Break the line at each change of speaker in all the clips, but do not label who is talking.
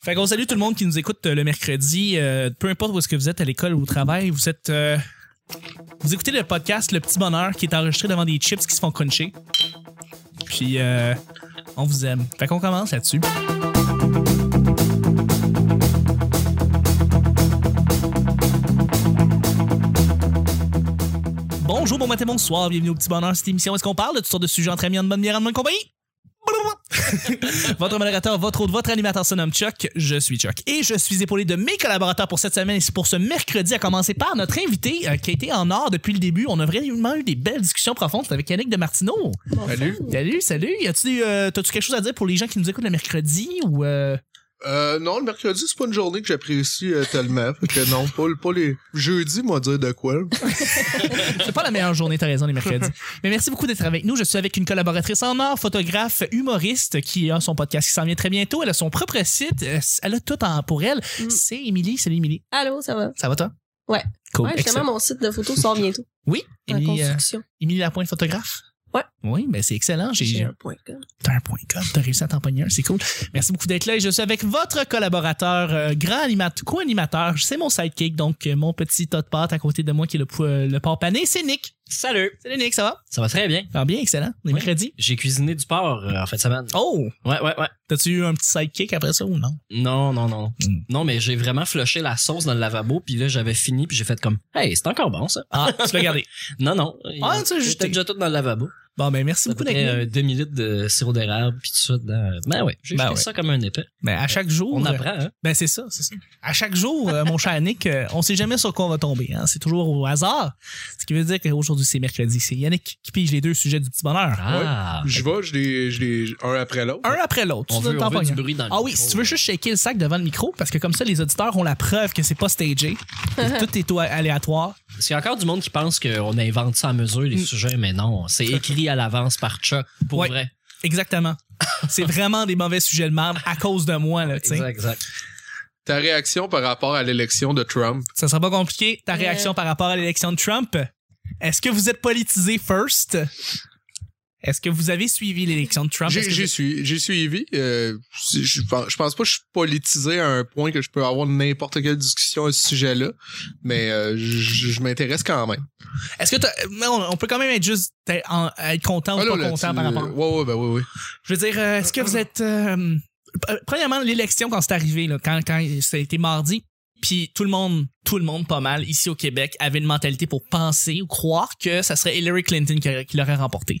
Fait qu'on salue tout le monde qui nous écoute euh, le mercredi. Euh, peu importe où est-ce que vous êtes, à l'école ou au travail, vous êtes... euh, vous écoutez le podcast Le Petit Bonheur qui est enregistré devant des chips qui se font cruncher. Puis, euh, on vous aime. Fait qu'on commence là-dessus. Bonjour, bon matin, bonsoir, bienvenue au Petit Bonheur, cette émission. où Est-ce qu'on parle de toutes sortes de sujets entre amis, en bonne bière, en bonne compagnie? votre modérateur, votre autre, votre animateur se nomme Chuck. Je suis Chuck. Et je suis épaulé de mes collaborateurs pour cette semaine et pour ce mercredi, à commencer par notre invité euh, qui a été en or depuis le début. On a vraiment eu des belles discussions profondes. C'était avec Yannick de Martineau.
Salut.
Salut, salut. Y a-tu, euh, t'as-tu quelque chose à dire pour les gens qui nous écoutent le mercredi ou euh,
Euh, non, le mercredi, c'est pas une journée que j'apprécie euh, tellement. Fait que non, pas, le- pas les. Jeudi, moi, dire de quoi.
c'est pas la meilleure journée, t'as raison, les mercredis. Mais merci beaucoup d'être avec nous. Je suis avec une collaboratrice en or, photographe, humoriste, qui a son podcast qui s'en vient très bientôt. Elle a son propre site. Euh, Elle a tout en, pour elle.
Mm.
C'est Émilie. Salut, Émilie.
Allô, ça va?
Ça va, toi?
Ouais.
Cool.
ouais,
Oh, excellent.
justement, mon site de photos sort bientôt.
Oui,
En
Émilie, euh,
construction.
Émilie Lapointe, photographe.
Ouais.
Oui, mais c'est excellent.
J'ai
J'ai
un point. com.
t'as un point com, t'as réussi à t'en pogner un, c'est cool. Merci beaucoup d'être là et je suis avec votre collaborateur, euh, grand animateur, co-animateur, c'est mon sidekick, donc euh, mon petit tas de pâte à côté de moi qui est le, pou- euh, le porc pané, c'est Nick.
Salut!
Salut Nick, ça va?
Ça va très bien.
Ça va bien, excellent. On est
Oui.
mercredi.
J'ai cuisiné du porc euh, en fait semaine.
Oh!
Ouais, ouais, ouais.
T'as-tu eu un petit sidekick après ça ou non?
Non, non, non.
Mm.
Non, mais j'ai vraiment flushé la sauce dans le lavabo, puis là, j'avais fini, puis j'ai fait comme, hey, c'est encore bon, ça.
Ah, tu l'as gardé.
Non, non.
Ah, tu sais, juste-
j'étais déjà tout dans le lavabo.
Bon, ben merci
Ça euh,
beaucoup d'être
coûtait
là.
un demi-litre de sirop d'érable, puis tout ça dedans. Ben ouais, j'ai
Ben
fait
ouais.
ça comme un épais.
Ben, à chaque jour.
On
euh,
apprend, hein.
Ben c'est ça, c'est ça. À chaque jour, euh, mon cher Nick, euh, on sait jamais sur quoi on va tomber. Hein? C'est toujours au hasard. Ce qui veut dire qu'aujourd'hui, c'est mercredi. C'est Yannick qui pige les deux sujets du petit bonheur.
Ah!
Je vais, je les, je les. Un après l'autre.
Un après l'autre.
On
Tu dois
veut,
t'en
on veut
pogner
du
un.
bruit dans le
Ah oui,
micro.
si tu veux juste shaker le sac devant le micro, parce que comme ça, les auditeurs ont la preuve que c'est pas stagé. Tout est au- aléatoire.
Parce qu'il y a encore du monde qui pense qu'on invente ça à mesure, les
Mm.
sujets, mais non. C'est écrit à l'avance par Chuck, pour
Ouais.
vrai.
Exactement. c'est vraiment des mauvais sujets de merde à cause de moi. Là, tu sais.
Exact, exact.
Ta réaction par rapport à l'élection de Trump.
Ça sera pas compliqué. Ta
Euh.
réaction par rapport à l'élection de Trump. Est-ce que vous êtes politisé first? Est-ce que vous avez suivi l'élection de Trump?
J'ai
Est-ce que
j'ai
vous-
sui- j'ai suivi. euh, je, je pense je pense pas que je suis politisé à un point que je peux avoir n'importe quelle discussion à ce sujet-là, mais euh, je, je m'intéresse quand même.
Est-ce que t'as- mais on, on peut quand même être juste t'es- en- être content ou
Ah, là,
pas
là,
content
tu-
par rapport?
Ouais, ouais, ben oui, oui.
Je veux dire, euh, est-ce que vous êtes. euh, pr- premièrement, l'élection quand c'est arrivé, là, quand, quand c'était mardi, puis tout le monde, tout le monde pas mal ici au Québec avait une mentalité pour penser ou croire que ça serait Hillary Clinton qui, qui l'aurait remporté.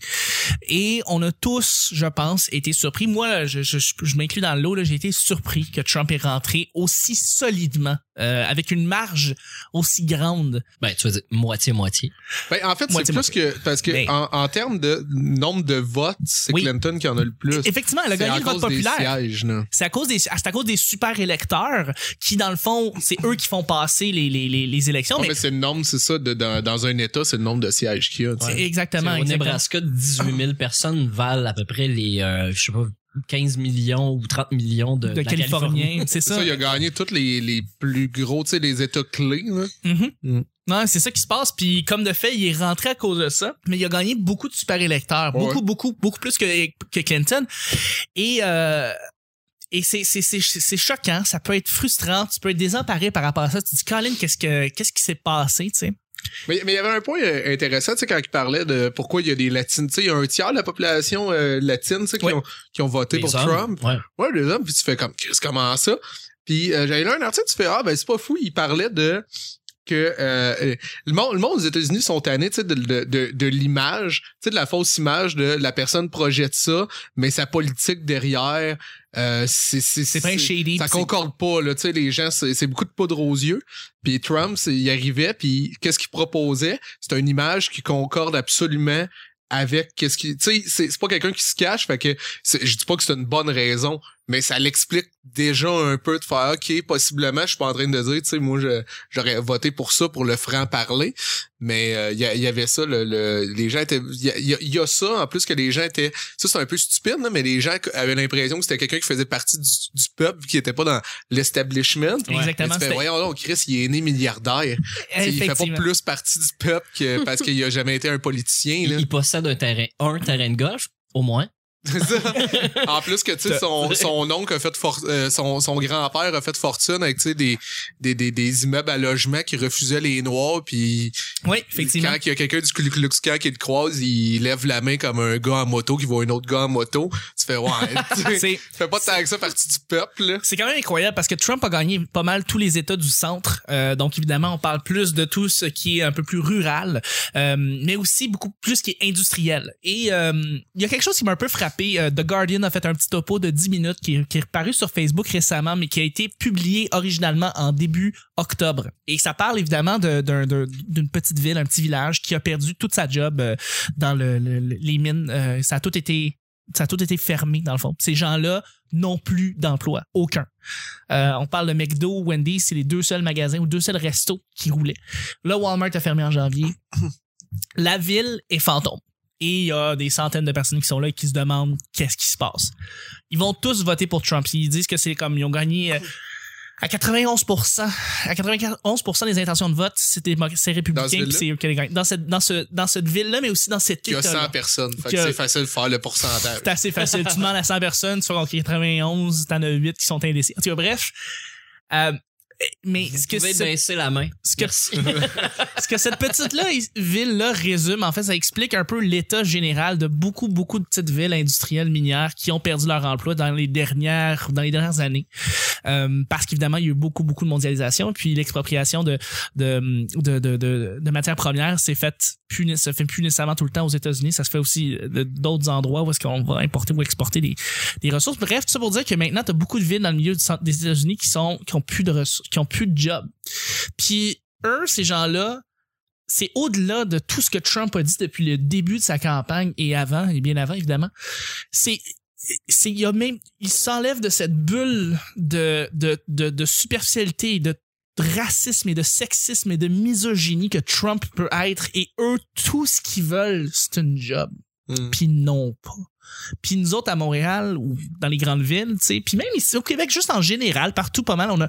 Et on a tous, je pense, été surpris. Moi, là, je, je, je- je m'inclus dans l'eau, là, j'ai été surpris que Trump est rentré aussi solidement, euh, avec une marge aussi grande.
Ben, tu veux dire moitié-moitié.
Ben, en fait, c'est
Moitié,
plus que. Parce que,
Mais-
en, en termes de nombre de votes, c'est
Oui.
Clinton qui en a le plus.
Effectivement, elle a
C'est
gagné
à
le vote
cause des
populaire.
sièges, là.
C'est à cause des, c'est à cause des super électeurs qui, dans le fond, c'est eux qui font passer les, les, les, les élections.
Non, mais,
mais,
c'est le nombre, c'est ça, de- dans, dans un État, c'est le nombre de sièges qu'il y a. tu sais.
c'est exactement,
Au
exactement.
Nebraska, 18 000 personnes valent à peu près les, euh, je sais pas, 15 millions ou 30 millions de,
de,
la Californie.
Californiens, c'est
C'est
ça.
ça, il a gagné tous les, les plus gros, tu sais, les États clés. là.
Mhm.
Mm.
Non, c'est ça qui se passe. Puis comme de fait, il est rentré à cause de ça, mais il a gagné beaucoup de super électeurs,
Ouais.
beaucoup, beaucoup, beaucoup plus que, que Clinton. Et euh, et c'est c'est c'est c'est choquant, ça peut être frustrant, tu peux être désemparé par rapport à ça. Tu te dis, Colin, qu'est-ce que qu'est-ce qui s'est passé, tu sais
Mais mais il y avait un point euh, intéressant, tu sais, quand il parlait de pourquoi il y a des latines. Tu sais, il y a un tiers de la population euh, latine, tu sais, qui,
Ouais.
ont, qui ont voté
Les
pour
hommes,
Trump.
ouais.
Ouais, les hommes, puis tu fais comme, Chris, comment ça? Puis euh, j'avais lu un article, tu fais, ah, ben c'est pas fou, il parlait de que euh, euh, le monde le monde aux États-Unis sont tannés tu sais, de, de, de, de l'image, tu sais, de la fausse image de la personne projette ça, mais sa politique derrière, euh, c'est...
C'est pas un shady.
ça
puis c'est-
concorde pas là tu sais les gens c'est c'est beaucoup de poudre aux yeux puis Trump c'est- il arrivait puis qu'est-ce qu'il proposait c'est une image qui concorde absolument avec qu'est-ce qui tu sais c'est c'est pas quelqu'un qui se cache fait que c'est- je dis pas que c'est une bonne raison mais ça l'explique déjà un peu de faire ok possiblement je suis pas en train de dire tu sais moi je- j'aurais voté pour ça pour le franc parler mais euh, il y, a- il y avait ça le, le- les gens étaient il y a- il y, a- il y a ça en plus que les gens étaient ça c'est un peu stupide là, mais les gens avaient l'impression que c'était quelqu'un qui faisait partie du, du peuple qui était pas dans l'establishment
Exactement.
Et tu fais,
c'était-
voyons donc Chris il est né milliardaire Tu sais, il fait pas
effectivement.
plus partie du peuple que parce qu'il a jamais été un politicien
Il,
là.
il possède un terrain, un terrain de golf, au moins.
C'est ça. en plus que tu sais son, son oncle a fait for- euh, son, son grand-père a fait fortune avec tu sais des, des, des des immeubles à logement qui refusaient les noirs puis
Oui, effectivement.
quand il y a quelqu'un du Ku Klux Klan qui le croise, il lève la main comme un gars en moto qui voit un autre gars en moto. Tu fais ouais,
Ah,
tu sais,
C'est
tu fais pas tant que ça partie du peuple. là.
c'est quand même incroyable parce que Trump a gagné pas mal tous les États du centre. Euh, donc évidemment, on parle plus de tout ce qui est un peu plus rural, euh, mais aussi beaucoup plus qui est industriel. Et euh, il y a quelque chose qui m'a un peu frappé. Euh, The Guardian a fait un petit topo de 10 minutes qui, qui est paru sur Facebook récemment, mais qui a été publié originalement en début octobre. Et ça parle évidemment de- d'un- d'un- d'une petite ville, un petit village qui a perdu toute sa job euh, dans le- le- le- les mines. Euh, ça a tout été ça a tout été fermé dans le fond. Ces gens-là n'ont plus d'emploi, aucun. Euh, on parle de McDo, Wendy's, c'est les deux seuls magasins ou deux seuls restos qui roulaient. Là, Walmart a fermé en janvier. La ville est fantôme. Et il y a des centaines de personnes qui sont là et qui se demandent qu'est-ce qui se passe. Ils vont tous voter pour Trump. Ils disent que c'est comme ils ont gagné euh, à 91%, à 91% des intentions de vote, c'est démo- c'est
Dans ce
républicain, puis
ville-là?
c'est eux qui les gagnent. Dans cette, dans ce, dans cette ville-là, mais aussi dans cette
Il y a
État-là.
100 personnes, fait que
Que-
c'est facile de faire le pourcentage.
C'est assez facile. tu demandes à 100 personnes, tu fais OK, 91, t'en as 8 qui sont indécis. En tout cas, bref. Euh, mais ce
Vous
que,
pouvez
ce,
baisser la main.
ce que, ce que cette petite-là, is- ville-là résume, en fait, ça explique un peu l'état général de beaucoup, beaucoup de petites villes industrielles minières qui ont perdu leur emploi dans les dernières, dans les dernières années. Euh, parce qu'évidemment, il y a eu beaucoup, beaucoup de mondialisation, puis l'expropriation de, de, de, de, de, de matières premières s'est faite plus, né- se fait plus nécessairement tout le temps aux États-Unis. Ça se fait aussi euh, de- d'autres endroits où est-ce qu'on va importer ou exporter des, des ressources. Bref, tout ça pour dire que maintenant, t'as beaucoup de villes dans le milieu du centre- des États-Unis qui sont, qui ont plus de ressources, qui ont plus de jobs. Puis eux, ces gens-là, c'est au-delà de tout ce que Trump a dit depuis le début de sa campagne et avant, et bien avant, évidemment. C'est, c'est, il y a même, il s'enlève de cette bulle de, de, de, de superficialité et de racisme et de sexisme et de misogynie que Trump peut être et eux, tout ce qu'ils veulent, c'est une job
Mm.
puis non pas. Puis nous autres à Montréal ou dans les grandes villes, tu sais, puis même ici au Québec, juste en général, partout pas mal, on a,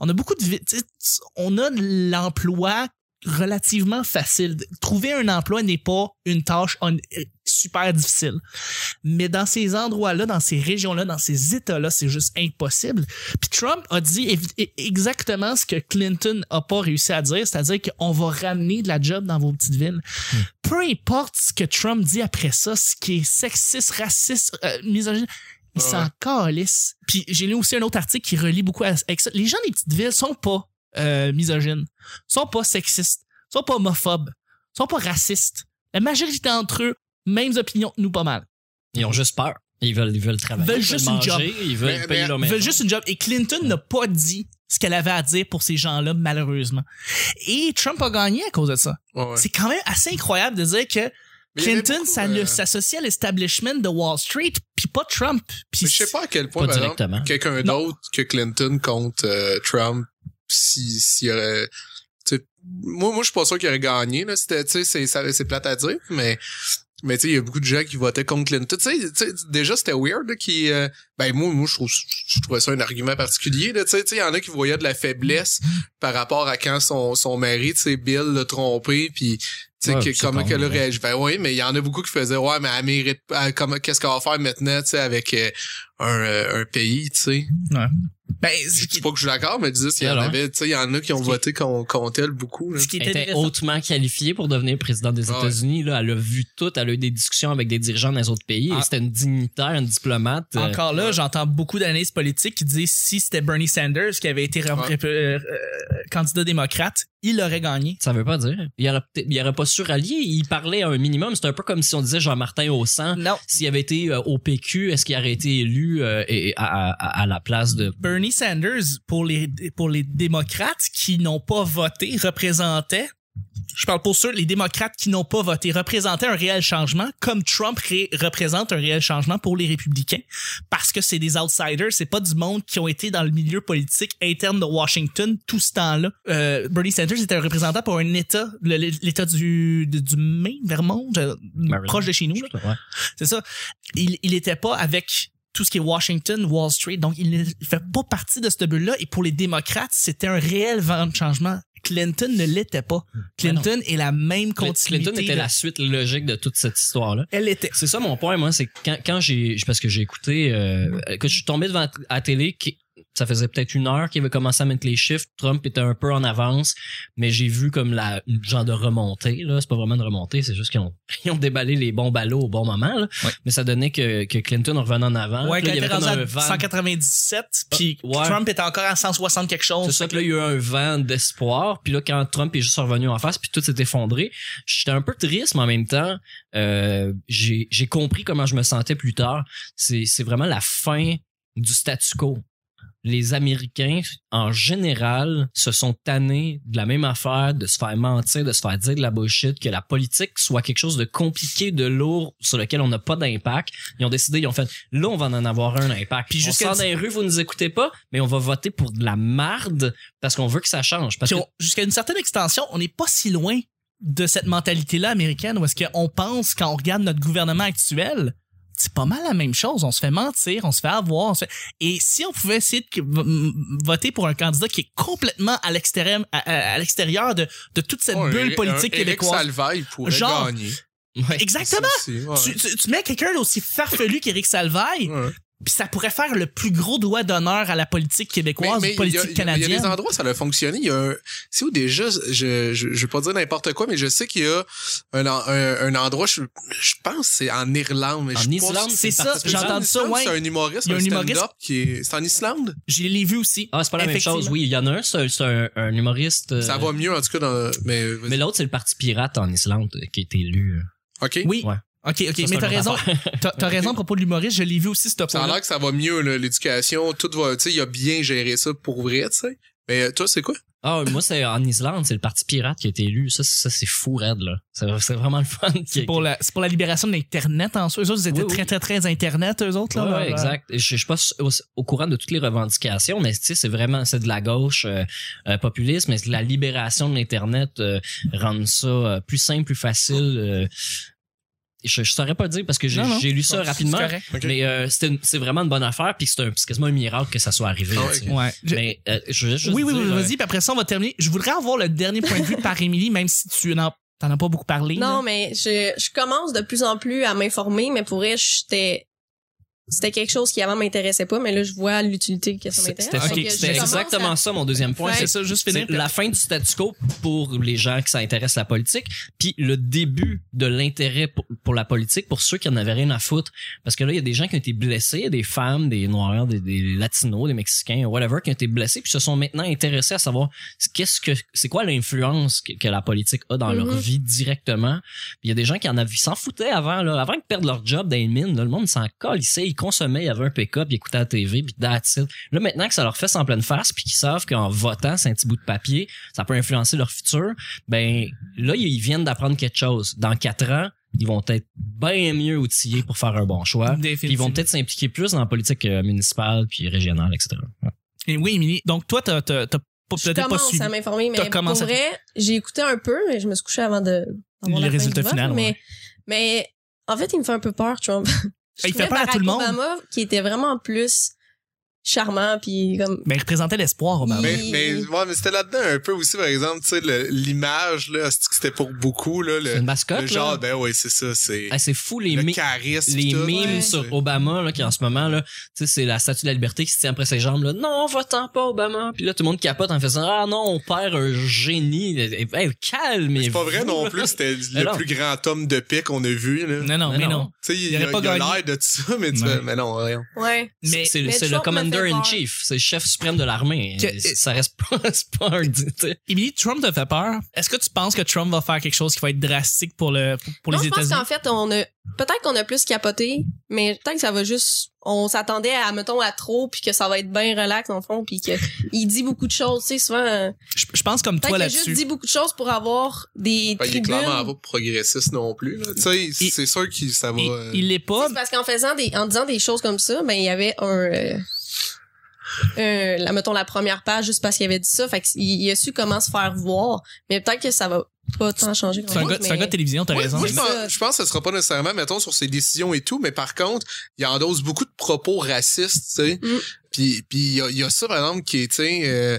on a beaucoup de villes, tu sais, on a de l'emploi relativement facile. Trouver un emploi n'est pas une tâche on- euh, super difficile. Mais dans ces endroits-là, dans ces régions-là, dans ces États-là, c'est juste impossible. Puis Trump a dit évi- é- exactement ce que Clinton a pas réussi à dire, c'est-à-dire qu'on va ramener de la job dans vos petites villes
Hmm.
peu importe ce que Trump dit après ça, ce qui est sexiste, raciste, euh, misogyne, il
Ouais.
s'en calisse. Puis j'ai lu aussi un autre article qui relie beaucoup à, avec ça. Les gens des petites villes sont pas euh, misogynes, sont pas sexistes, sont pas homophobes, sont pas racistes. La majorité d'entre eux, mêmes opinions, nous pas mal.
Ils ont juste peur. Ils veulent, ils veulent travailler.
Veulent
ils
juste
veulent
une job.
manger, Ils veulent
Mais-
payer
mais-
leur
Ils
maison.
veulent juste une job. Et Clinton n'a pas dit ce qu'elle avait à dire pour ces gens-là, malheureusement. Et Trump a gagné à cause de ça.
Ouais, ouais.
C'est quand même assez incroyable de dire que
Mais il y avait
Clinton,
beaucoup,
ça
euh,
le- s'associe à l'establishment de Wall Street, puis pas Trump. Puis
Mais je sais pas à quel point,
Pas
par exemple,
directement.
quelqu'un
Non.
d'autre que Clinton contre euh, Trump, si, s'il y aurait. tu sais, Moi, moi je suis pas sûr qu'il aurait gagné. Là. C'était, tu sais, c'est, ça- c'est plate à dire, mais. Mais tu sais, il y a beaucoup de gens qui votaient contre Clinton. Tu sais, tu sais, déjà, c'était weird là, qui. euh, ben moi, moi je, trouve, je trouvais ça un argument particulier. Là. Tu sais, tu sais, il y en a qui voyaient de la faiblesse par rapport à quand son, son mari, tu sais, Bill l'a trompé, puis tu sais,
Ouais,
que-
c'est
comment
pas
qu'elle a
vrai.
réagi. Ben oui, mais il y en a beaucoup qui faisaient, ouais, mais elle mérite pas, elle- comment, qu'est-ce qu'elle va faire maintenant, tu sais, avec euh, un, euh, un pays, tu sais.
Ben,
Je
ce
dis
qui,
pas que je suis d'accord, mais disons, il y en
Alors,
avait, tu sais, il y en a qui ont
Ce qui-
voté con- contre elle beaucoup, là.
ce qui
Elle
était
était
intéressant-
hautement qualifiée pour devenir président des
Ah ouais.
États-Unis. Là, elle a vu tout. Elle a eu des discussions avec des dirigeants dans les autres pays.
Ah.
Et c'était une dignitaire, une diplomate. euh,
Encore là, j'entends beaucoup d'analyses politiques qui disent si c'était Bernie Sanders qui avait été rem-
Ouais.
euh, euh, candidat démocrate, il aurait gagné.
Ça veut pas dire. Il aurait, peut-être- il aurait pas su rallier. Il parlait un minimum. C'est un peu comme si on disait Jean-Martin au sang.
Non.
S'il avait été euh, au PQ, est-ce qu'il aurait été élu euh, et- à, à- à la place de.
Bernie Sanders, pour les, pour les démocrates qui n'ont pas voté, représentait, je parle pour ceux, les démocrates qui n'ont pas voté, représentaient un réel changement, comme Trump ré- représente un réel changement pour les républicains, parce que c'est des outsiders, c'est pas du monde qui ont été dans le milieu politique interne de Washington tout ce temps-là. Euh, Bernie Sanders était un représentant pour un État, le- l'État du, du, du Maine, Vermont, euh,
Maryland.
proche de chez nous. là.
Ouais.
C'est ça. Il, il était pas avec tout ce qui est Washington, Wall Street. Donc, il ne fait pas partie de cette bulle-là. Et pour les démocrates, c'était un réel vent de changement Clinton ne l'était pas. Clinton est la même continuité.
Ah Clinton était
de-
la suite logique de toute cette histoire-là.
Elle était.
C'est ça mon point, moi, c'est que quand, quand j'ai. Parce que j'ai écouté. Euh, que je suis tombé devant la télé, qui- ça faisait peut-être une heure qu'il avait commencé à mettre les chiffres. Trump était un peu en avance, mais j'ai vu comme la une genre de remontée. là C'est pas vraiment de remontée, c'est juste qu'ils ont, ils ont déballé les bons ballots au bon moment. Là.
Ouais.
Mais ça donnait que, que Clinton revenait en avant.
Ouais,
Puis
quand il
Hein? là, il y
était
avait comme
rendu
un
à
vent. Ah,
197, puis
ouais.
Trump était encore à 160 quelque chose.
C'est ça, puis là, il y a eu un vent d'espoir. Puis là, quand Trump est juste revenu en face, puis tout s'est effondré, j'étais un peu triste, mais en même temps, euh, j'ai j'ai compris comment je me sentais plus tard. C'est c'est vraiment la fin du statu quo. Les Américains, en général, se sont tannés de la même affaire, de se faire mentir, de se faire dire de la bullshit, que la politique soit quelque chose de compliqué, de lourd, sur lequel on n'a pas d'impact. Ils ont décidé, ils ont fait, là, on va en avoir un impact. Puis
Puis jusqu'à
jusqu'à
dix-
dans les rues, vous nous écoutez pas, mais on va voter pour de la marde parce qu'on veut que ça change. Parce
Puis
que
on- jusqu'à une certaine extension, on n'est pas si loin de cette mentalité-là américaine où est-ce qu'on pense quand on regarde notre gouvernement actuel, c'est pas mal la même chose. On se fait mentir, on se fait avoir. on se fait- Et si on pouvait essayer de v- m- voter pour un candidat qui est complètement à l'extérieur, à, à- à l'extérieur de, de toute cette
Ouais,
bulle
Oh, un-
politique
un
québécoise.
Éric Salvaille pourrait
Genre,
gagner.
Ouais.
Exactement.
Ça, c'est- ouais.
Tu, tu- tu mets quelqu'un d'aussi farfelu qu'Éric Salvaille,
Ouais.
puis ça pourrait faire le plus gros doigt d'honneur à la politique
Mais-
québécoise,
mais il y a-
politique
il y a-
canadienne.
Il y a des endroits où ça a fonctionné. Il y a un- c'est où déjà, je, je, je vais pas dire n'importe quoi, mais je sais qu'il y a un, en- un, un endroit, je, je pense que c'est en Irlande. Mais
En
je suis pas sûr.
Islande,
c'est
c'est
ça,
particulier.
j'ai entendu ça, ouais.
C'est un humoriste,
Il y a
un,
un humoriste-
stand-up qui est... C'est en Islande?
Je l'ai vu aussi.
Ah, c'est pas la même
Effectivement.
chose. Oui, il y en a un, c'est un- c'est un, un humoriste. euh,
Ça va mieux, en tout cas, dans... Mais,
Mais l'autre, c'est le parti pirate en Islande euh, qui a été élu.
OK?
Oui.
Ouais.
OK, OK,
Ça, c'est
mais
un
t'as
autre
raison.
affaire.
T'as t'as raison à propos de l'humoriste, je l'ai vu aussi, cette
Ça a
là
l'air que ça va mieux, là, l'éducation. Tout va... Tu sais, il a bien géré ça pour vrai, tu sais. Mais euh, toi, c'est quoi?
Ah, moi, c'est en Islande, c'est le parti pirate qui a été élu. Ça, ça c'est fou, raide, là. C'est c'est vraiment le fun.
C'est pour, la, c'est pour la libération de l'Internet en soi. Eux autres, ils étaient
Oui, oui.
très, très, très Internet, eux autres. Là,
Ouais,
leur-
ouais, exact. Je, je suis pas au, au courant de toutes les revendications, mais tu sais, c'est vraiment c'est de la gauche euh, euh, populiste, mais c'est la libération de l'internet euh, rendre ça euh, plus simple, plus facile. euh, je, je saurais pas dire parce que j'ai
Non, non.
j'ai lu ça
C'est
rapidement,
correct.
Ok.
mais euh, c'était une- c'est vraiment une bonne affaire, puis c'est un- c'est quasiment un miracle que ça soit arrivé.
Ah,
tu sais.
ok.
Ouais. Je-
Mais euh, je voulais juste
oui, oui,
dire,
oui,
euh,
vas-y, puis après ça, on va terminer. Je voudrais avoir le dernier point de vue par Émilie, même si tu n'en t'en as pas beaucoup parlé.
Non,
là.
mais je, je commence de plus en plus à m'informer, mais pour vrai, j'étais c'était quelque chose qui avant m'intéressait pas, mais là je vois l'utilité que ça m'intéresse.
C'était
Fait que je
c'était
commence
exactement
à-
ça mon deuxième point.
Ouais.
c'est
c'est ça, juste finir.
C'est la fin du statu quo pour les gens qui s'intéressent à la politique, puis le début de l'intérêt pour, pour la politique pour ceux qui en avaient rien à foutre. Parce que là, il y a des gens qui ont été blessés, il y a des femmes, des Noirs, des, des Latinos, des Mexicains, whatever, qui ont été blessés, puis se sont maintenant intéressés à savoir qu'est-ce que c'est quoi l'influence que, que la politique a dans leur
Mhm.
vie directement. Puis il y a des gens qui en avaient, ils s'en foutaient avant, là, avant de perdre leur job dans les mines, là, le monde s'en colissait, ils consommaient, ils avaient un pick-up, ils écoutaient la TV, puis that's it. Là, maintenant que ça leur fait en pleine face, puis qu'ils savent qu'en votant, c'est un petit bout de papier, ça peut influencer leur futur, ben là, ils viennent d'apprendre quelque chose. Dans quatre ans, ils vont être bien mieux outillés pour faire un bon
Mmh.
choix. Puis ils vont peut-être s'impliquer plus dans la politique euh, municipale puis régionale, etc. Ouais.
Et oui, Émilie. Donc, toi, t'as t'as- t'as pas-
Je
peut-être pas
commence
suivi.
à m'informer, mais
T'as
pour
commencé à-
vrai, j'ai écouté un peu, mais je me suis couchée avant de
Les
d'avoir la fin
résultats
du vote,
finaux,
Mais,
ouais. Ah,
mais en fait, il me fait un peu peur, Trump. Je
Il fait
trouvais
peur à
Barack
tout le monde.
Obama, qui était vraiment plus charmant, puis comme
Ben, il représentait l'espoir, Obama.
Il-
Mais, mais, ouais, mais c'était là-dedans un peu aussi, par exemple, tu sais, le- l'image, là, c'est que c'était pour beaucoup, là,
C'est
le,
une
le
mascotte,
genre,
là.
ben oui, c'est ça, c'est
Ah, c'est fou les,
le
mi-
charisme.
les
tout.
mimes
Ouais.
sur Obama là, qui en ce moment là, tu sais, c'est la statue de la liberté qui se tient après ses jambes là. Non, votant pas Obama. Puis là tout le monde capote en faisant ah non, on perd un génie. Eh, eh, calme.
C'est pas vrai non plus, c'était le
Alors.
plus grand homme de paix qu'on a vu, là.
Non, non,
Mais
mais
non.
non.
Tu sais, il,
Il
y a
aurait pas
il a
gagné.
l'air de ça, mais tu
Ouais.
fais, mais non, rien.
ouais.
Mais
Mais c'est
mais
c'est
Trump
le
me fait
commander in
peur.
chief, c'est le chef suprême de l'armée.
Que-
Ça reste pas, c'est pas un. tu sais.
Émilie, Trump te fait peur. Est-ce que tu penses que Trump va faire quelque chose qui va être drastique pour, le, pour
Non,
les
je pense
États-Unis?
qu'en fait, on a peut-être qu'on a plus capoté, mais peut-être que ça va juste. On s'attendait à mettons à trop, puis que ça va être bien relax dans le fond, puis que il dit beaucoup de choses. Tu sais, souvent, euh,
Je, je pense comme
peut-être
toi
qu'il a juste
là-dessus.
dit beaucoup de choses pour avoir des
Fait qu'il est
tribunes.
clairement pas progressiste non plus, là. Tu sais, c'est sûr que ça va.
Il-
euh,
Il l'est
Tu sais,
pas.
c'est parce qu'en faisant des, en disant des choses comme ça, ben il y avait un. euh, un- la, mettons la première page juste parce qu'il avait dit ça fait qu'il il a su comment se faire voir mais peut-être que ça va pas tant changer
C'est un,
grand-chose,
gars- c'est un
mais-
gars de télévision, t'as
Moi,
raison.
moi, je,
mais-
pense, je pense que ce sera pas nécessairement, mettons, sur ses décisions et tout, mais par contre, il endosse beaucoup de propos racistes, tu sais.
Mm.
Puis puis il y a, il y a ça par exemple qui est tu sais euh,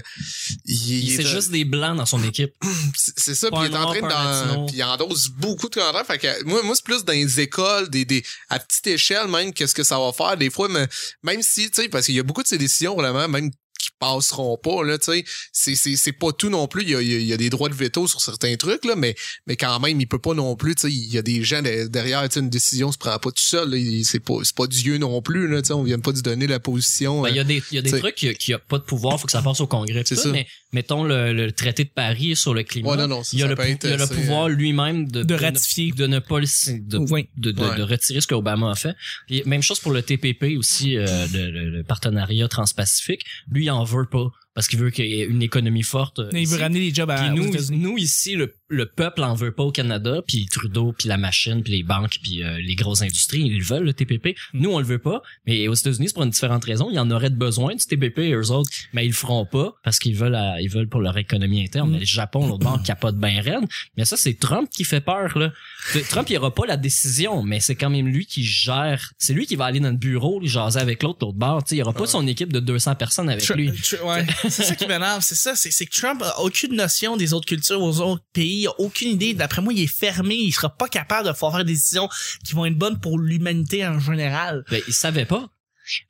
il- il
C'est
est-
juste des blancs dans son équipe. Ben,
c'est c'est ça
Pas
puis il est
un
en
noir,
train
pas un
d'en
latino.
puis il endosse beaucoup de commentaires fait que moi moi c'est plus dans les écoles des des à petite échelle même qu'est-ce que ça va faire des fois mais même si tu sais parce qu'il y a beaucoup de ces décisions vraiment même qui passeront pas là tu sais c'est c'est c'est pas tout non plus il y a, il y a- il y a des droits de veto sur certains trucs là mais mais quand même il peut pas non plus tu sais il y a des gens de- derrière tu sais une décision se prend pas tout seul là. Il- c'est pas c'est pas Dieu non plus là tu sais on vient pas de donner la position
Ben, Il
euh,
y a des, il y a des
T'sais.
trucs qui qui a pas de pouvoir, faut que ça passe au Congrès.
C'est
tout,
ça.
Mais mettons le, le traité de Paris sur le climat.
ouais, non, non, ça,
il y a,
ça
le,
peut euh.
pou-
être
il y a le
assez,
pouvoir lui-même de,
de
ne-
ratifier.
de ne pas le signer, de,
Oui.
de, de-
Ouais.
de retirer ce que Obama a fait. Puis, même chose pour le TPP aussi, euh, le, le- le partenariat transpacifique. Lui, il en veut pas parce qu'il veut qu'il y ait une économie forte. euh,
Mais il veut
ici.
ramener les jobs
Puis
à, aux
nous,
États-Unis.
nous ici, le, le peuple en veut pas au Canada, puis Trudeau, puis la machine, puis les banques, puis euh, les grosses industries, ils le veulent le TPP. Nous, on le veut pas, mais aux États-Unis, c'est pour une différente raison. Ils en auraient de besoin du TPP, eux autres, mais ils le feront pas parce qu'ils veulent, à- ils veulent pour leur économie interne.
Mm.
Mais le Japon, l'autre banque, capote bien raide. Mais ça, c'est Trump qui fait peur là. C'est- Trump, il aura pas la décision, mais c'est quand même lui qui gère. C'est lui qui va aller dans le bureau, le jaser avec l'autre, l'autre bord. Tu sais, il aura pas son équipe de 200 personnes avec
Tru-
lui.
tru- ouais. c'est ça qui m'énerve, c'est ça, c'est c'est que Trump a aucune notion des autres cultures, aux autres pays, il a aucune idée. D'après moi, il est fermé, il sera pas capable de faire faire des décisions qui vont être bonnes pour l'humanité en général.
Ben, ils savaient pas.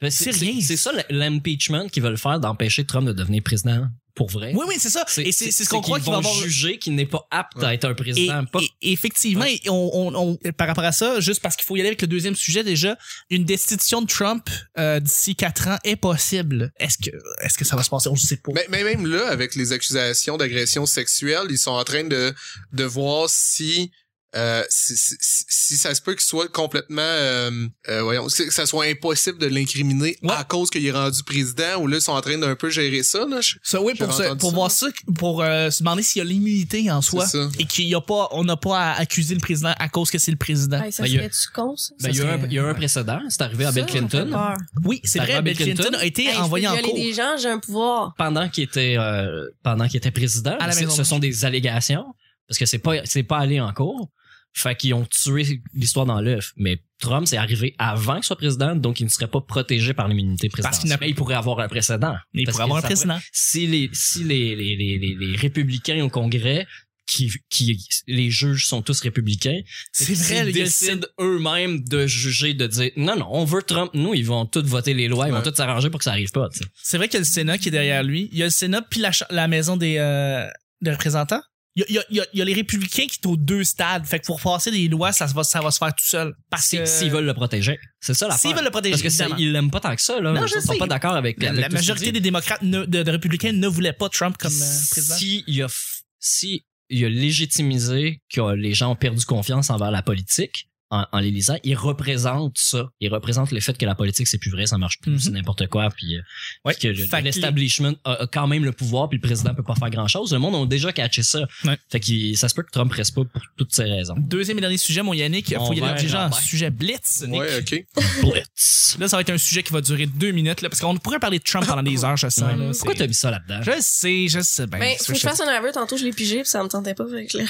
Ben,
C'est rien.
C'est ça le- l'impeachment qu'ils veulent faire d'empêcher Trump de devenir président pour vrai.
Oui, oui, c'est ça. Et c'est c'est ce qu'on
qu'ils
croit qu'il
vont
va avoir.
juger qu'il n'est pas apte à être un
Et,
président. Pas-
et- effectivement, et on, on- on- par rapport à ça, juste parce qu'il faut y aller avec le deuxième sujet déjà, une destitution de Trump euh, d'ici quatre ans est possible. Est-ce que, est-ce que ça va se passer On ne sait pas.
Mais, mais Ben, même là, avec les accusations d'agression sexuelle, ils sont en train de, de voir si, euh, si, si, si- si ça se peut qu'il soit complètement, euh, euh, voyons, si- que ça soit impossible de l'incriminer
Ouais.
à cause qu'il est rendu président, ou là, ils sont en train d'un peu gérer ça. Là. Je-
Ça, oui, pour,
J'avais
se-
entendu
pour
ça.
voir ça, pour euh, se demander s'il y a l'immunité en soi.
C'est ça.
Et qu'il y a pas, on n'a pas à accuser le président à cause que c'est le président.
Hey, ça
Ben, il y a-
serait-tu con, ça?
Ben, il, y a
ça
un,
serait-
il y a un précédent. C'est arrivé à Bill
Ça, ça me fait
Clinton.
peur.
Oui, c'est
Par
vrai,
Bill
Bill Clinton,
Clinton
a été
Hey, je peux
envoyé en
violer
cours.
des gens, j'ai un pouvoir.
Pendant qu'il était, euh, pendant qu'il était président,
À la
c'est-
Maison
ce
Blanche.
sont des allégations parce que c'est pas, c'est pas allé en cours. Fait qu'ils ont tué l'histoire dans l'œuf. Mais Trump, c'est arrivé avant qu'il soit président, donc il ne serait pas protégé par l'immunité
Parce
présidentielle.
qu'il n'a-
Mais il pourrait avoir un précédent.
Mais il
Parce
pourrait
que
avoir un
ça-
président.
si les si les, les, les, les, les républicains au Congrès qui qui les juges sont tous républicains,
C'est
s'ils
vrai, il y a le
décident eux-mêmes de juger de dire non non, on veut Trump, nous ils vont tous voter les lois, ils vont
Ouais.
tous s'arranger pour que ça arrive pas. tu sais.
C'est vrai qu'il y a le Sénat qui est derrière lui. Il y a le Sénat puis la, cha- la maison des, euh, des représentants. Il y, a, il y a- il y a- il y a les républicains qui sont aux deux stades. Fait que pour passer des lois, ça se va, ça va se faire tout seul. Parce
Si-
que
s'ils veulent le protéger, c'est ça la
s'ils veulent le protéger,
parce que ça,
évidemment.
ils l'aiment pas tant que ça là,
Non,
ils
je
sont
sais.
pas d'accord avec,
la,
avec
la
tout ce
majorité
qu'il dit.
des démocrates, ne- de, de républicains ne voulaient pas Trump comme euh, président.
si il a f- si il a légitimisé que euh, les gens ont perdu confiance envers la politique en, en les lisant, il représente ça. Il représente le fait que la politique, c'est plus vrai, ça marche plus,
Mhm.
c'est n'importe quoi, puis, euh,
Ouais.
puis que le-
Fait que
l'establishment a, a quand même le pouvoir, puis le président peut pas faire grand-chose. Le monde a déjà catché ça.
Ouais.
Fait que ça se peut que Trump reste pas pour toutes ces raisons.
Deuxième et dernier sujet, mon Yannick. Il
On
faut y
va
aller déjà un
Lambert.
sujet blitz. Nick.
Ouais, ok.
Blitz.
Là, ça va être un sujet qui va durer deux minutes, là, parce qu'on pourrait parler de Trump pendant des heures, je sais. là.
Ouais. Mmh. Pourquoi
C'est-
t'as mis ça là-dedans?
Je sais, je sais. Ben,
Ben,
c'est
faut que je
ça.
fasse un aveu, tantôt je l'ai pigé, puis ça me tentait pas. Fait que là,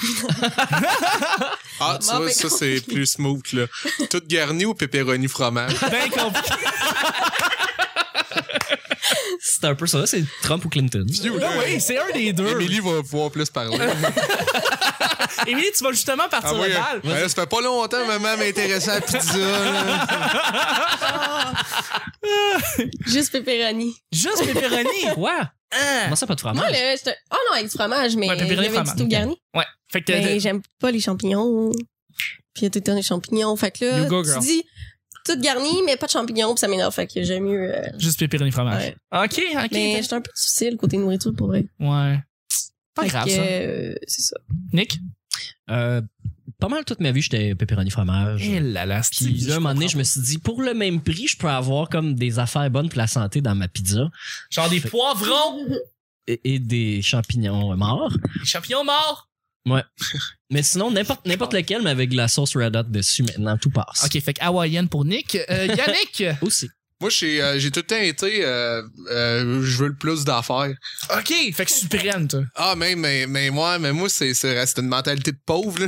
Ah, tu
Bon,
vois,
mais
ça, c'est plus smooth, là. Tout garni ou pepperoni fromage?
Ben compliqué.
C'est un peu ça, c'est Trump ou Clinton.
Là, oui, c'est un des deux.
Émilie va pouvoir plus parler.
Émilie, tu vas justement partir
Ah, ouais,
de balle.
ben là, ça fait pas longtemps, maman m'intéressait à la pizza, là.
juste pepperoni.
Juste pepperoni.
Quoi?
Hein?
Comment ça, pas de fromage?
Moi, là, j'étais. Ah non, avec du fromage, mais
Ouais,
il y
pepperoni,
avait du
fromage,
tout
ok.
garni.
Ouais. Fait que euh,
Mais
t'as-
j'aime pas les champignons. Puis il y a tout le temps des champignons. Fait que
You
là,
go,
tu
girl.
dis tout garni, mais pas de champignons, puis ça m'énerve. Fait que j'aime mieux. euh,
juste pepperoni fromage.
ouais.
Ok, ok.
Mais j'étais un peu difficile côté nourriture pour vrai.
Ouais. Pas
Fait
grave,
que,
ça.
euh, c'est ça.
Nick?
Euh, pas mal toute ma vie, j'étais pepperoni fromage.
Eh là là,
Puis
Steve,
là, un moment donné, je me suis dit, pour le même prix, je peux avoir comme des affaires bonnes pour la santé dans ma pizza
Genre des poivrons,
et, et des champignons euh, morts.
des champignons morts.
Mais sinon, n'importe n'importe lequel, mais avec de la sauce Red Hot dessus, maintenant, tout passe.
Ok, fait que hawaïenne pour Nick. Euh, Yannick,
Aussi.
Moi, j'ai euh, j'ai tout le temps été, euh, euh, je veux le plus d'affaires.
OK, fait que suprême, toi.
Ah, mais, mais, mais moi, mais moi c'est c'est c'est une mentalité de pauvre. Là.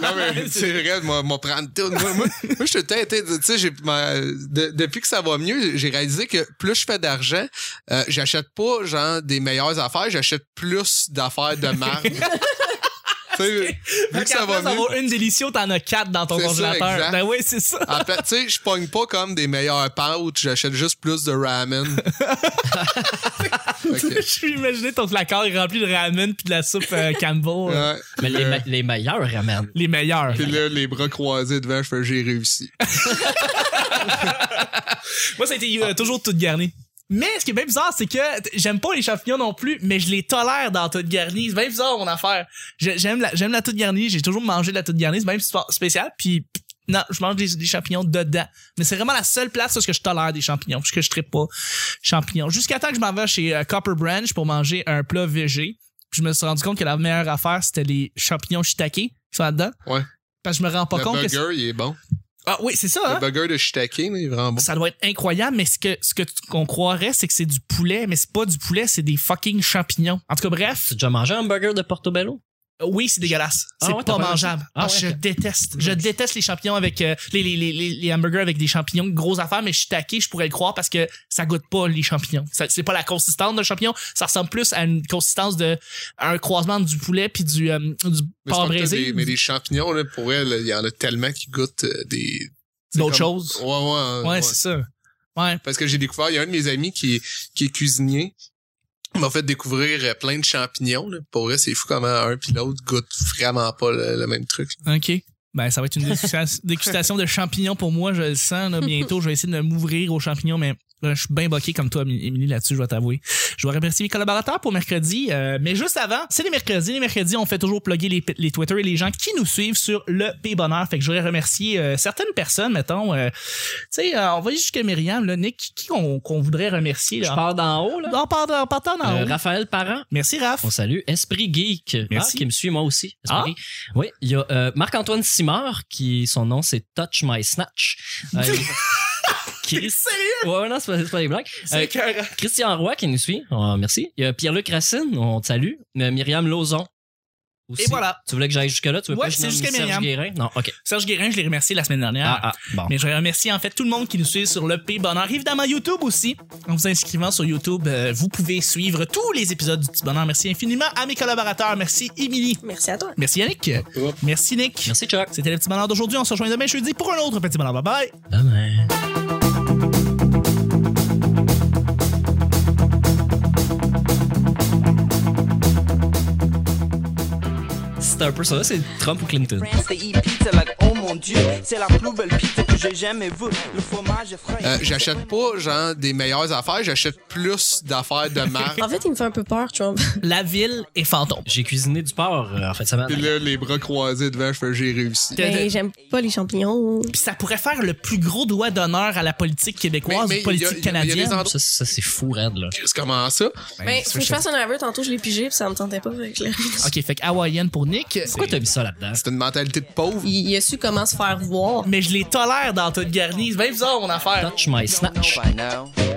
non, mais c'est vrai, moi, moi prendre tout. Moi, moi, moi, je suis tout le temps été, tu sais, j'ai- ma- de- depuis que ça va mieux, j'ai réalisé que plus je fais d'argent, euh, j'achète pas genre des meilleures affaires, j'achète plus d'affaires de marque. tu sais, vu que ça va mieux.
une délicieux, t'en as quatre dans ton
C'est ça,
congélateur.
exact.
ben oui, c'est ça.
En fait, tu sais, je pogne pas comme des meilleurs pouches, j'achète juste plus de ramen. Fait que-
Je suis imaginé ton placard est rempli de ramen puis de la soupe euh, Campbell. euh,
Ouais.
Mais les, ma- les meilleurs ramènent.
les meilleurs.
Puis là, les bras croisés devant, je fais j'ai réussi.
Moi, ça a été euh, toujours tout garni. Mais ce qui est bien bizarre, c'est que t- j'aime pas les champignons non plus, mais je les tolère dans toute garnie. C'est bien bizarre mon affaire. Je- J'aime la, j'aime la toute garnie. J'ai toujours mangé de la toute garnie. C'est même spécial. Puis pff, non, je mange des, des champignons dedans. Mais c'est vraiment la seule place où est-ce que je tolère des champignons, puisque je trippe pas champignons. Jusqu'à temps que je m'en vais chez euh, Copper Branch pour manger un plat végé. Puis je me suis rendu compte que la meilleure affaire, c'était les champignons shiitake qui sont là-dedans.
Ouais.
Parce que je me rends pas
le
compte que... c'est-
burger, il est bon.
Ah oui, c'est ça, hein?
Le burger de shiitake, là, il est vraiment bon.
ça doit être incroyable, mais ce que ce que tu- qu'on croirait, c'est que c'est du poulet, mais c'est pas du poulet, c'est des fucking champignons. En tout cas, bref,
Tu as déjà mangé un burger de Portobello?
euh, oui, c'est dégueulasse.
Ah
C'est pas
ouais, t'as pas
mangeable.
Ah
Ah,
ouais,
je
ok.
déteste. Je déteste les champignons avec euh, les, les, les, les, les hamburgers avec des champignons, grosse affaire, mais je suis taqué, je pourrais le croire parce que ça goûte pas les champignons. Ça- C'est pas la consistance d'un champignon, ça ressemble plus à une consistance de à un croisement du poulet puis du euh, du
Mais c'est
porc
pas que
braisé.
des- Mais des champignons, là, pour elle, il y en a tellement qui goûtent euh, des. c'est
D'autres
comme-
choses.
Ouais, ouais.
Ouais,
ouais.
c'est ça. Ouais.
Parce que j'ai découvert, il y a un de mes amis qui, qui est cuisinier. Il m'a fait découvrir euh, plein de champignons. là. Pour vrai, c'est fou comment un puis l'autre goûtent vraiment pas le, le même truc.
OK. Ben, ça va être une dégustation- dégustation de champignons pour moi, je le sens. Là, bientôt, je vais essayer de m'ouvrir aux champignons, mais euh, je suis bien boqué comme toi, Émilie, là-dessus, je vais t'avouer. Je dois remercier mes collaborateurs pour mercredi, euh, mais juste avant, c'est les mercredis. Les mercredis, on fait toujours plugger les, les Twitter et les gens qui nous suivent sur le P Bonheur. Fait que je voudrais remercier euh, certaines personnes, mettons. euh, tu sais, euh, on va aller jusqu'à Myriam, là, Nick, qui qui on, qu'on voudrait remercier?
Je
Là?
pars d'en haut, là.
En partant, en partant dans
Euh,
hein. haut.
Raphaël Parent.
Merci, Raph.
On salue Esprit Geek, ah,
Merci.
qui me suit moi aussi.
Ah.
Esprit. Oui, il y a euh, Marc-Antoine Simard, qui son nom c'est Touch My Snatch. Euh, Chris-
Sérieux?
Ouais, ouais, non, c'est pas, c'est pas des blagues. Euh,
C'est que...
Christian Roy qui nous suit, Oh, merci. Il y a Pierre-Luc Racine, on te salue. Euh, Myriam Lauzon. aussi.
Et voilà.
Tu voulais que j'aille jusque-là? Tu veux
Ouais,
pas que je
c'est
nomme
jusqu'à
Serge
Myriam.
Guérin? Non, ok.
Serge Guérin, je l'ai remercié la semaine dernière.
Ah, ah, bon.
Mais je remercie en fait tout le monde qui nous suit sur le P Bonheur. Évidemment, YouTube aussi. En vous inscrivant sur YouTube, euh, vous pouvez suivre tous les épisodes du Petit Bonheur. Merci infiniment à mes collaborateurs. Merci Émilie.
Merci à toi.
Merci Yannick. Merci Nick.
Merci, Chuck.
C'était le Petit Bonheur d'aujourd'hui. On se rejoint demain jeudi pour un autre Petit Bonheur. Bye bye.
Demain. C'est un peu ça, c'est Trump ou Clinton.
Prince et il pizza like oh mon dieu C'est la plus belle pizza que j'ai jamais vue Le fromage est frais
Euh, j'achète pas, genre, des meilleures affaires, j'achète plus d'affaires de marque.
En fait, il me fait un peu peur, Trump.
La ville est fantôme.
J'ai cuisiné du porc euh, en fait ça m'a.
Puis là, les bras croisés devant, je fais j'ai réussi.
Mais j'aime pas les champignons.
Puis ça pourrait faire le plus gros doigt d'honneur à la politique québécoise
Mais- mais
ou politique
il y a- il y a- il y a des
canadienne.
endroits-
Ça, ça, c'est fou raide là.
Qu'est-ce comment ça?
Ben, faut que je fasse un aveu, tantôt je l'ai pigé, puis ça me tentait pas. fait que là-
Ok, fait que hawaïenne pour Nick.
Pourquoi t'as mis ça là-dedans?
C'est une mentalité de pauvre.
Il, il a su comment se faire voir.
Mais je les tolère dans toute garnie. C'est bien bizarre mon affaire.
Touch my snatch.
by now